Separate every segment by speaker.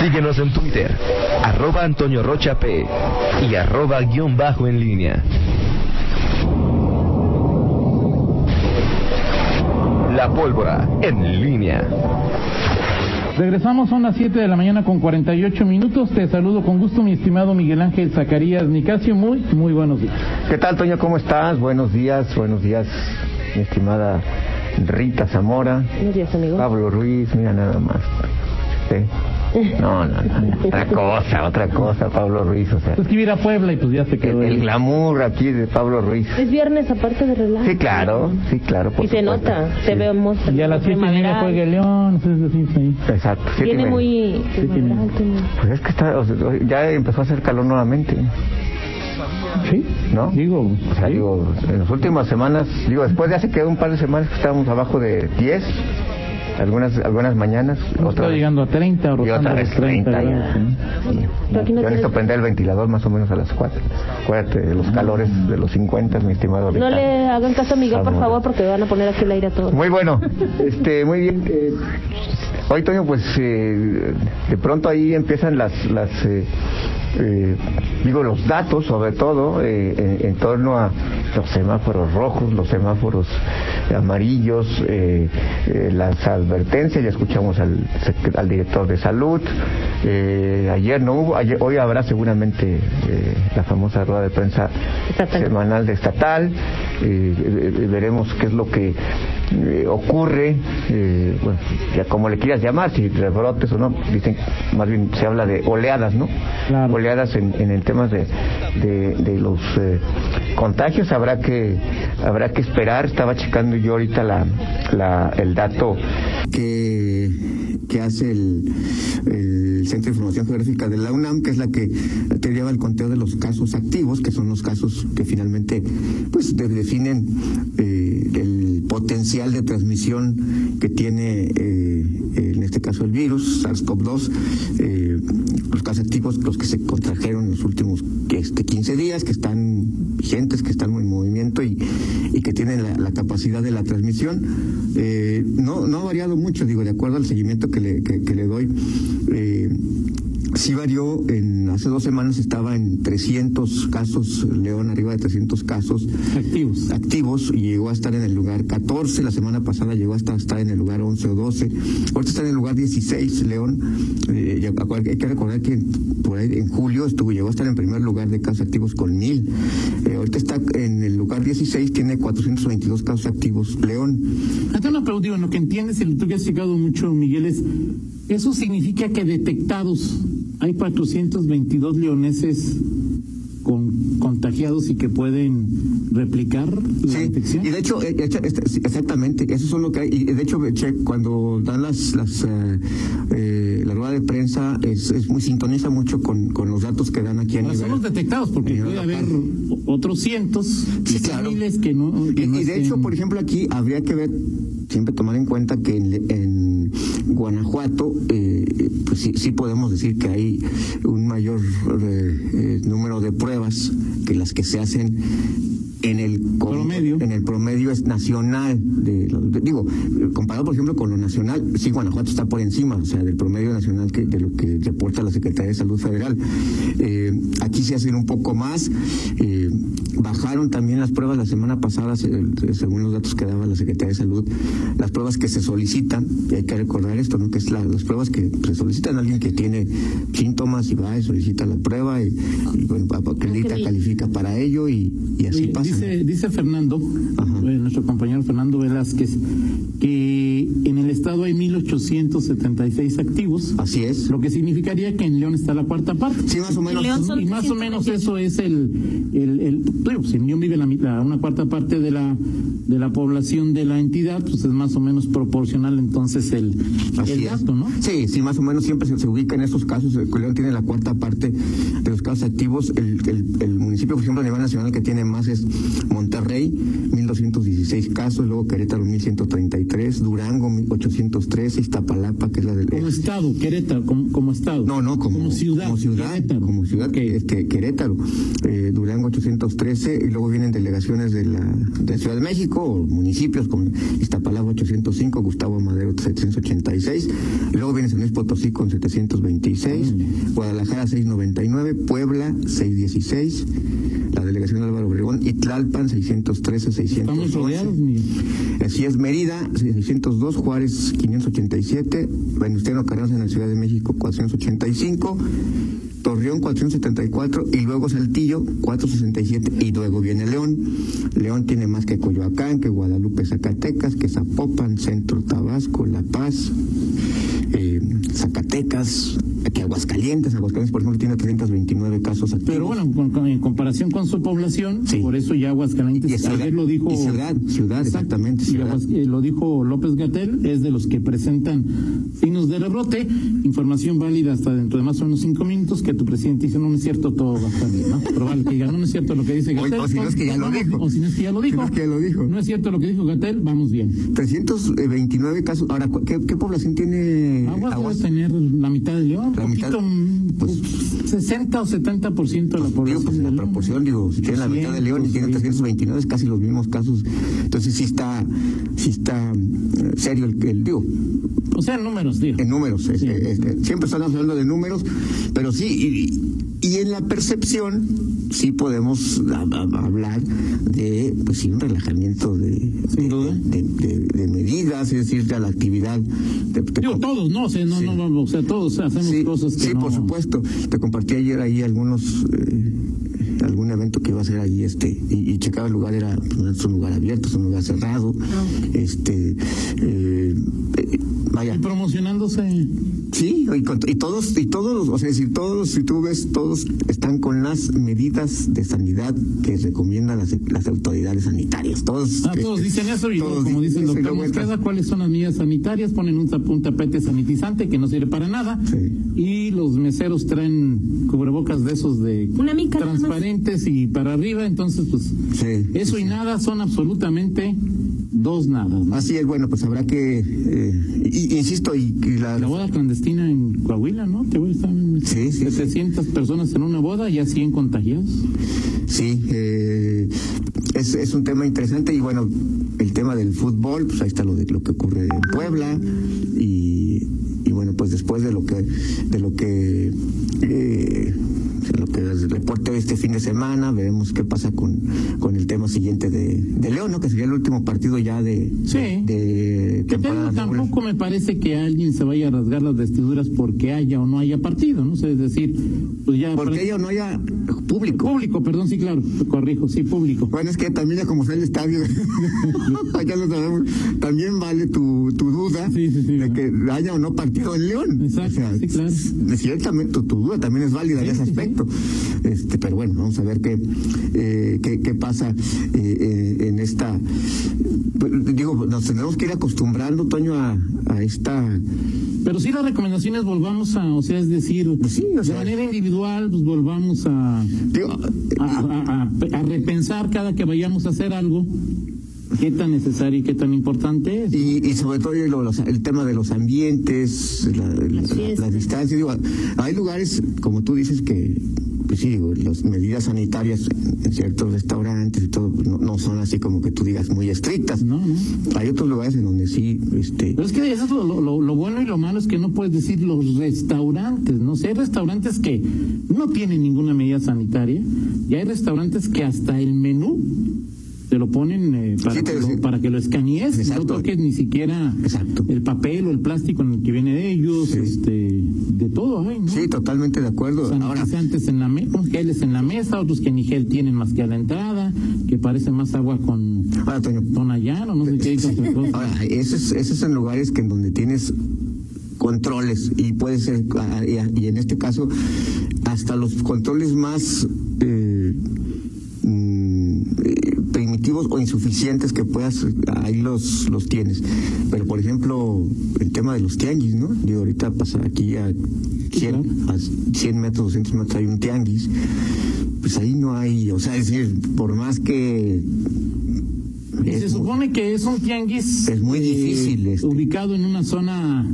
Speaker 1: Síguenos en Twitter, arroba Antonio Rocha P y arroba guión bajo en línea. La pólvora en línea.
Speaker 2: Regresamos, son las 7 de la mañana con 48 minutos. Te saludo con gusto, mi estimado Miguel Ángel Zacarías Nicasio. Muy, muy buenos días.
Speaker 3: ¿Qué tal, Toño? ¿Cómo estás? Buenos días, buenos días, mi estimada Rita Zamora.
Speaker 4: Buenos días, amigo.
Speaker 3: Pablo Ruiz, mira nada más. Sí. No, no, no. Otra cosa, otra cosa, Pablo Ruiz. O sea,
Speaker 2: Es que iba a ir a Puebla y pues ya se quedó.
Speaker 3: el, el
Speaker 2: ahí.
Speaker 3: glamour aquí de Pablo Ruiz.
Speaker 4: Es viernes, aparte de relajo.
Speaker 3: Sí, claro, sí, claro. por
Speaker 4: Y se
Speaker 3: supuesto.
Speaker 4: nota, se
Speaker 3: Sí.
Speaker 4: ve hermosa.
Speaker 2: Y a las 7 y media juega el León. sí, sí, sí, sí.
Speaker 3: Exacto, siete y
Speaker 4: Viene
Speaker 3: media.
Speaker 4: muy...
Speaker 2: Siete y media.
Speaker 3: Pues es que está, o sea, ya empezó a hacer calor nuevamente,
Speaker 2: ¿Sí?
Speaker 3: ¿no?
Speaker 2: Digo,
Speaker 3: O sea,
Speaker 2: sí.
Speaker 3: digo, en las últimas semanas, digo, después de hace que un par de semanas que estábamos abajo de 10, algunas algunas mañanas,
Speaker 2: Hemos
Speaker 3: otra
Speaker 2: estado
Speaker 3: vez.
Speaker 2: llegando a 30,
Speaker 3: Y
Speaker 2: rotando
Speaker 3: otra vez
Speaker 2: los 30
Speaker 3: 30 ya.
Speaker 2: grados, ¿sí?
Speaker 3: Sí.
Speaker 4: Pero aquí no
Speaker 3: Yo necesito
Speaker 4: tienes-
Speaker 3: prender el ventilador más o menos a las 4. Acuérdate de los calores de los 50, mi estimado.
Speaker 4: No
Speaker 3: Ricardo.
Speaker 4: le hagan caso a Miguel, por favor, porque van a poner aquí el aire a todos.
Speaker 3: Muy bueno, este, muy bien. eh, hoy, Toño, pues eh, de pronto ahí empiezan las, las eh, eh, digo, los datos, sobre todo, eh, en, en torno a los semáforos rojos, los semáforos amarillos, eh, eh, las advertencias. Ya escuchamos al, sec- al director de salud. eh, ayer no hubo, ayer- hoy habrá seguramente eh, la famosa rueda de prensa
Speaker 4: Estatal.
Speaker 3: semanal de estatal. eh, eh, eh, veremos qué es lo que eh, ocurre, eh, bueno, ya como le quieras llamar, si rebrotes o no, dicen, más bien se habla de oleadas, ¿no?
Speaker 2: Claro.
Speaker 3: Oleadas en, en el tema de, de- de los eh, contagios, habrá que habrá que esperar. Estaba checando yo ahorita la, la- el dato que, que hace el, el Centro de Información Geográfica de la UNAM, que es la que te lleva el conteo de los casos activos, que son los casos que finalmente pues de- definen eh, el potencial de transmisión que tiene, eh, en este caso, el virus, SARS-CoV-2, eh, los casos activos, los que se contrajeron en los últimos este, 15 días, que están vigentes, que están en movimiento y, y que tienen la, la capacidad de la transmisión. Eh, no, no ha variado mucho, digo, de acuerdo al seguimiento que le, que- que le doy. eh, Sí varió, en, hace dos semanas estaba en 300 casos, León arriba de 300 casos
Speaker 2: Activos.
Speaker 3: activos y llegó a estar en el lugar 14, la semana pasada llegó hasta estar en el lugar 11 o 12, ahorita está en el lugar 16 León, Eh, y acu- hay que recordar que por ahí en julio estuvo, llegó a estar en primer lugar de casos activos con 1000, Eh, ahorita está en el lugar 16, tiene 422 casos activos León.
Speaker 5: Hasta una pregunta, digo, en lo que entiendes y lo tú que has llegado mucho, Miguel, es, eso significa que detectados hay 422 leoneses con, contagiados y que pueden replicar la
Speaker 3: Sí,
Speaker 5: infección.
Speaker 3: y de hecho, eh, echa- este- sí, exactamente, eso son lo que hay. Y de hecho, che, cuando dan las, las eh, eh, la rueda de prensa, es, es muy sintoniza mucho con, con los datos que dan aquí a
Speaker 5: Ahora
Speaker 3: nivel.
Speaker 5: son los detectados, porque
Speaker 3: Nivel
Speaker 5: puede
Speaker 3: local.
Speaker 5: haber o- otros cientos,
Speaker 3: Sí,
Speaker 5: quizá
Speaker 3: claro.
Speaker 5: miles que no.
Speaker 3: Y,
Speaker 5: que no
Speaker 3: y de hecho,
Speaker 5: estén-
Speaker 3: por ejemplo, aquí habría que ver, siempre tomar en cuenta que en, en Guanajuato, eh, pues sí, sí podemos decir que hay un mayor eh, eh, número de pruebas que las que se hacen en el con-
Speaker 5: Promedio.
Speaker 3: en el promedio es nacional de, lo- de- digo eh, comparado por ejemplo con lo nacional sí Guanajuato está por encima o sea del promedio nacional que, de lo que reporta la Secretaría de Salud Federal Eh, aquí se hacen un poco más eh, bajaron también las pruebas la semana pasada se- eh, según los datos que daba la Secretaría de Salud las pruebas que se solicitan y hay que recordar esto no que es la- las pruebas que se solicitan a alguien que tiene síntomas y va y solicita la prueba y, y bueno, acredita,
Speaker 4: Ok.
Speaker 3: califica para ello y, y así
Speaker 5: Oye,
Speaker 3: pasa ¿no?
Speaker 5: Eh, Dice, dice Fernando,
Speaker 3: Ajá.
Speaker 5: eh, nuestro compañero Fernando Velázquez, que en el estado hay 1.876 activos.
Speaker 3: Así es.
Speaker 5: Lo que significaría que en León está la cuarta parte.
Speaker 3: Sí, más o menos.
Speaker 4: León son
Speaker 5: y más o
Speaker 4: 328.
Speaker 5: menos eso es el, el, el- bueno, pues en León vive la mitad, una cuarta parte de la de la población de la entidad, pues es más o menos proporcional entonces el,
Speaker 3: Así
Speaker 5: el
Speaker 3: es.
Speaker 5: dato, ¿no?
Speaker 3: Sí, sí, más o menos siempre se, se ubica en esos casos. eh, León tiene la cuarta parte de los casos activos. El, el- el municipio, por ejemplo, a nivel nacional que tiene más es Monterrey, 1216 casos, luego Querétaro, 1133, Durango, 1803, Iztapalapa, que es la del.
Speaker 5: Como estado, Querétaro, como, como estado.
Speaker 3: No, no, como,
Speaker 5: Como ciudad,
Speaker 3: Como ciudad,
Speaker 5: Querétaro.
Speaker 3: como ciudad,
Speaker 5: Ok.
Speaker 3: este, Querétaro, eh, Durango, 813, y luego vienen delegaciones de la de Ciudad de México, o municipios como Iztapalapa, 805, Gustavo Madero, 786, luego viene San Luis Potosí con 726, Guadalajara, 699, Puebla, 616, la delegación Álvaro Obregón, y Tlalpan, 613, 600.
Speaker 5: Estamos rodeados, Miguel.
Speaker 3: Así es, Mérida, 602, Juárez, 587, Venustiano Carranza en la Ciudad de México, 485, Torreón, 474, y luego Saltillo, 467, y luego viene León. León tiene más que Coyoacán, que Guadalupe, Zacatecas, que Zapopan, Centro, Tabasco, La Paz, eh, Zacatecas, que Aguascalientes, Aguascalientes, por ejemplo, tiene 329 casos activos.
Speaker 5: Pero bueno, con- con- en comparación con su población,
Speaker 3: Sí.
Speaker 5: por eso ya
Speaker 3: Y es
Speaker 5: Aguascalientes, ayer
Speaker 3: ciudad,
Speaker 5: lo dijo.
Speaker 3: y ciudad, ciudad,
Speaker 5: Exacto.
Speaker 3: exactamente,
Speaker 5: Y
Speaker 3: ciudad.
Speaker 5: Aguas- eh, lo dijo López Gatel, es de los que presentan signos de rebrote. Información válida hasta dentro de más o menos cinco minutos. Que tu presidente dice: No, no es cierto todo, va a estar bien", ¿no? Probable que diga: No, no es cierto lo que dice
Speaker 3: O-
Speaker 5: Gatel. pues
Speaker 3: o si no es que ya lo dijo.
Speaker 5: O si no es que ya lo
Speaker 3: Si
Speaker 5: dijo.
Speaker 3: no es que ya lo dijo.
Speaker 5: No es cierto lo que dijo Gatel, vamos bien.
Speaker 3: 329 casos. Ahora, ¿cu- ¿qué, qué población tiene
Speaker 5: Aguas
Speaker 3: Aguas-
Speaker 5: debe tener la mitad de León,
Speaker 3: La mitad,
Speaker 5: poquito, mm,
Speaker 3: pues,
Speaker 5: 60 o 70% de la
Speaker 3: Digo,
Speaker 5: población.
Speaker 3: pues en la
Speaker 5: de León.
Speaker 3: proporción, digo, si tienen la mitad de León y tienen 329, es casi los mismos casos. Entonces sí está, sí está eh, serio el, el- digo,
Speaker 5: O sea, en números, digo.
Speaker 3: en números. este,
Speaker 5: Sí.
Speaker 3: este, siempre estamos hablando de números, pero sí, y, y en la percepción sí podemos a- a- hablar de, pues sí, un relajamiento de, de,
Speaker 5: duda.
Speaker 3: de- de- de medidas, es decir, de la actividad. de- de-
Speaker 5: Digo, todos, no, o sea, no,
Speaker 3: Sí.
Speaker 5: no, no, o sea, todos hacemos
Speaker 3: sí,
Speaker 5: cosas que
Speaker 3: sí,
Speaker 5: no-
Speaker 3: por supuesto. Te compartí ayer ahí algunos eh, algún evento que iba a ser ahí este y, y checaba el lugar era pues, no es un lugar abierto, es un lugar cerrado. Este eh, eh, vaya.
Speaker 5: Y promocionándose.
Speaker 3: Sí, y, con- y todos, y todos, los- o sea, si todos, si tú ves, todos están con las medidas de sanidad que recomiendan las, las autoridades sanitarias. Todos,
Speaker 5: Ah, todos
Speaker 3: este,
Speaker 5: dicen eso y luego,
Speaker 3: todos
Speaker 5: como dice el
Speaker 3: eso y
Speaker 5: doctor
Speaker 3: luego entras-
Speaker 5: Mosqueda, ¿cuáles son las medidas sanitarias? Ponen un, tap- un tapete sanitizante que no sirve para nada.
Speaker 3: Sí.
Speaker 5: Y los meseros traen cubrebocas de esos de
Speaker 4: Una mica nada más.
Speaker 5: transparentes y para arriba. Entonces, pues,
Speaker 3: Sí.
Speaker 5: eso y nada son absolutamente dos nadas. ¿no?
Speaker 3: Así es, bueno, pues habrá que, eh, y- insisto, y, y la,
Speaker 5: La boda clandestina en Coahuila, ¿no? Te voy a estar
Speaker 3: Sí, sí, sí.
Speaker 5: 700 personas en una boda y a 100 contagiados.
Speaker 3: Sí, eh, es, es un tema interesante y bueno, el tema del fútbol, pues ahí está lo de lo que ocurre en Puebla y, y, bueno, pues después de lo que de lo que eh, de lo que el reporte de este fin de semana, veremos qué pasa con, con el tema siguiente de, de León, ¿no? que sería el último partido ya de,
Speaker 5: Sí.
Speaker 3: de
Speaker 5: Que
Speaker 3: temporada
Speaker 5: tengo-
Speaker 3: regular.
Speaker 5: tampoco me parece que alguien se vaya a rasgar las vestiduras porque haya o no haya partido, ¿no? O sea, es decir, pues ya.
Speaker 3: Porque
Speaker 5: parece-
Speaker 3: ello no haya público.
Speaker 5: Público, perdón, sí, claro, corrijo, sí, público.
Speaker 3: Bueno, es que también ya como está el estadio, ya lo sabemos, también vale tu, tu duda
Speaker 5: Sí, sí, sí,
Speaker 3: de
Speaker 5: ¿verdad?
Speaker 3: que haya o no partido en León.
Speaker 5: Exacto, sí, claro.
Speaker 3: s- Ciertamente tu duda también es válida en
Speaker 5: Sí,
Speaker 3: ese
Speaker 5: sí, sí.
Speaker 3: aspecto. Este, pero bueno, vamos a ver qué, eh, qué, qué pasa eh, eh, en esta... pues, Digo, nos tendremos que ir acostumbrando, Toño, a, a esta...
Speaker 5: Pero sí, las recomendaciones volvamos a, o sea, es decir,
Speaker 3: Pues Sí, o sea-
Speaker 5: de manera individual, pues volvamos a.
Speaker 3: Digo,
Speaker 5: a, a- a- a repensar cada que vayamos a hacer algo, qué tan necesario y qué tan importante es.
Speaker 3: Y, y sobre todo lo- los- el tema de los ambientes, la, la-
Speaker 4: fiestas.
Speaker 3: la distancia. Digo, hay lugares, como tú dices, que, pues sí, digo, las medidas sanitarias en, en ciertos restaurantes y todo no, no son así como que tú digas muy estrictas.
Speaker 5: No, no.
Speaker 3: Hay otros lugares en donde sí, este.
Speaker 5: Pero es que eso es lo, lo- lo bueno y lo malo es que no puedes decir los restaurantes, no sé, hay restaurantes que no tienen ninguna medida sanitaria y hay restaurantes que hasta el menú te lo ponen eh, para,
Speaker 3: Sí, te-
Speaker 5: que lo, para que lo escanees,
Speaker 3: Exacto.
Speaker 5: no toques ni siquiera
Speaker 3: Exacto.
Speaker 5: el papel o el plástico en el que viene de ellos,
Speaker 3: Sí.
Speaker 5: este, de todo hay, ¿no?
Speaker 3: Sí, totalmente de acuerdo. Ahora,
Speaker 5: sanitizantes en la mesa, geles en la mesa, otros que ni gel tienen más que a la entrada, que parece más agua con
Speaker 3: ahora, Toño,
Speaker 5: tonallano, no sé qué. con otra cosa.
Speaker 3: Ahora, esos, esos son lugares que en donde tienes controles y puede ser, ah, y y en este caso, hasta los controles más eh, mm, eh, primitivos o insuficientes que puedas, ahí los, los tienes. Pero, por ejemplo, el tema de los tianguis, ¿no? Yo ahorita pasar aquí a 100, a 100 metros, 200 metros hay un tianguis, pues ahí no hay, o sea, es decir, por más que...
Speaker 5: Y se
Speaker 3: es muy-
Speaker 5: supone que es un tianguis.
Speaker 3: Es muy difícil, este.
Speaker 5: Eh, Ubicado en una zona.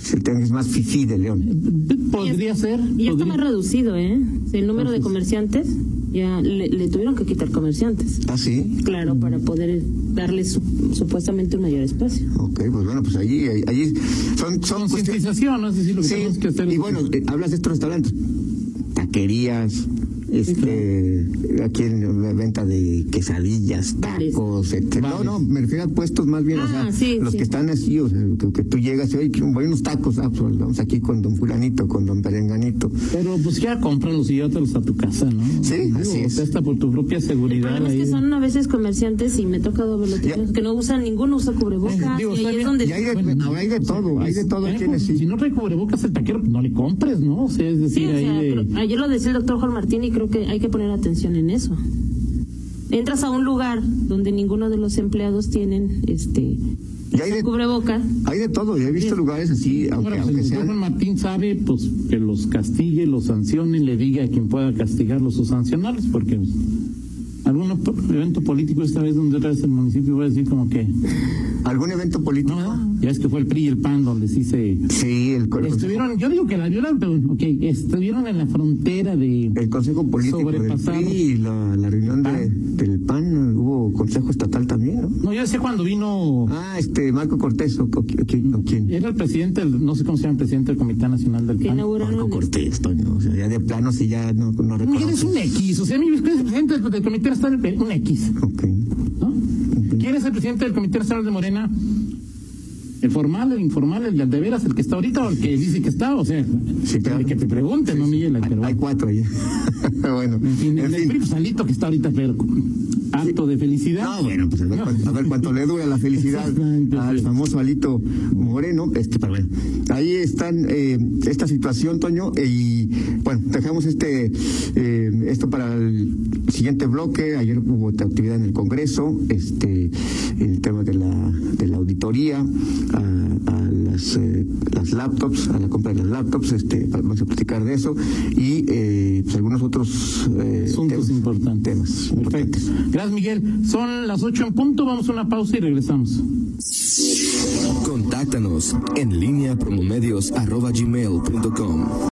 Speaker 3: es el tianguis más fifí de León.
Speaker 5: Podría ser.
Speaker 6: Y ya está
Speaker 5: podría-
Speaker 6: más reducido, ¿eh? El número de comerciantes, ya le, le tuvieron que quitar comerciantes.
Speaker 3: Ah, sí.
Speaker 2: Mm.
Speaker 6: Claro, para poder eh, darle su- supuestamente un mayor espacio.
Speaker 3: Ok, pues bueno, pues allí, ahí- allí son, son cuestiones...
Speaker 5: Concientización, ¿no? Es decir, lo que
Speaker 3: Sí,
Speaker 5: tenemos que hacer. es-
Speaker 3: y bueno, eh, hablas de estos restaurantes, taquerías, este, aquí en la venta de quesadillas,
Speaker 6: Bares.
Speaker 3: tacos, etc. No, no, me refiero a puestos más bien, o
Speaker 6: Ah,
Speaker 3: sea,
Speaker 6: sí,
Speaker 3: los
Speaker 6: sí.
Speaker 3: que están así, o sea, que, que tú llegas y, oye, quiero- voy a unos tacos, ah, pues vamos aquí con don fulanito, con don perenganito.
Speaker 5: Pero pues ya cómpralos y llévatelos a tu casa, ¿no?
Speaker 3: Sí,
Speaker 5: Digo,
Speaker 3: así
Speaker 5: o sea,
Speaker 3: es.
Speaker 5: Hasta por tu propia
Speaker 6: El
Speaker 5: seguridad.
Speaker 6: problema es que
Speaker 5: ahí.
Speaker 6: son a veces comerciantes y me ha tocado verlo,
Speaker 3: Ya.
Speaker 6: que no usan ninguno, usa cubrebocas.
Speaker 5: Digo,
Speaker 6: y ahí
Speaker 5: está
Speaker 6: es
Speaker 5: bien.
Speaker 6: donde
Speaker 3: Y hay de, ahora hay de todo, hay de todo
Speaker 5: Eh,
Speaker 3: aquí en
Speaker 5: pues,
Speaker 3: el-
Speaker 5: Si no trae cubrebocas el taquero, no le compres, ¿no? O sea, es decir,
Speaker 6: Sí, o
Speaker 5: ahí
Speaker 6: sea,
Speaker 5: de-
Speaker 6: pero ayer lo decía el doctor Juan Martín y creo que hay que poner atención en eso. Entras a un lugar donde ninguno de los empleados tienen este
Speaker 3: Y hay de-
Speaker 6: cubreboca.
Speaker 3: Hay de todo, yo he visto lugares así, aunque,
Speaker 5: Bueno, pues,
Speaker 3: aunque
Speaker 5: el
Speaker 3: sean...
Speaker 5: doctor Juan Martín sabe, pues, que los castigue, los sancione, le diga a quien pueda castigarlos o sancionarlos, porque pues, algún po- evento político esta vez donde otra vez el municipio va a decir como que,
Speaker 3: ¿Algún evento político?
Speaker 5: no, ¿verdad? ya es que fue el PRI y el PAN donde sí se...
Speaker 3: Sí, el, el, consejo,
Speaker 5: Estuvieron, yo digo que la violaron, pero, ok, estuvieron en la frontera de...
Speaker 3: el Consejo Político del
Speaker 5: Sobrepasaron.
Speaker 3: PRI y la, la reunión de-
Speaker 5: PAN.
Speaker 3: del PAN, hubo Consejo Estatal también, ¿no?
Speaker 5: No, yo sé cuando vino...
Speaker 3: Ah, este, Marco Cortés, ¿o, o- qui- o quién?
Speaker 5: Era el presidente, del- no sé cómo se llama, el presidente del Comité Nacional del
Speaker 6: Que
Speaker 5: PAN.
Speaker 6: inauguraron
Speaker 3: Marco Cortés, Toño, o sea, ya de plano si ya no, no
Speaker 5: Eres
Speaker 3: reconoces.
Speaker 5: un X, o sea, mi es presidente del, del Comité Nacional del un X,
Speaker 3: Ok.
Speaker 5: ¿no? ¿Quién es el presidente del Comité Nacional de Morena? ¿El formal, el informal, el de, de veras, el que está ahorita o el que dice que está? O sea,
Speaker 3: claro.
Speaker 5: el que te pregunte, no Miguel,
Speaker 3: Hay,
Speaker 5: pero
Speaker 3: hay cuatro allá. bueno,
Speaker 5: en fin,
Speaker 3: en
Speaker 5: el del
Speaker 3: fin.
Speaker 5: PRI, Salito que está ahorita, pero acto de felicidad.
Speaker 3: No, bueno, pues a ver,
Speaker 5: No.
Speaker 3: cuánto, a ver cuánto le dura la felicidad
Speaker 5: Exactamente,
Speaker 3: al
Speaker 5: sí.
Speaker 3: famoso Alito Moreno. Este, pero bueno, ahí están eh, esta situación, Toño, y bueno, dejamos este eh, esto para el siguiente bloque. Ayer hubo otra actividad en el Congreso, este, el tema de la, de la auditoría, a, a las, eh, las laptops, a la compra de las laptops, este, vamos a platicar de eso, y eh, pues algunos otros eh,
Speaker 5: Asuntos
Speaker 3: temas-
Speaker 5: importantes.
Speaker 3: temas
Speaker 5: Perfecto.
Speaker 3: importantes.
Speaker 5: Gracias, Miguel. Son las 8 en punto, vamos a una pausa y regresamos.
Speaker 1: Contáctanos en línea promomedios arroba gmail punto com.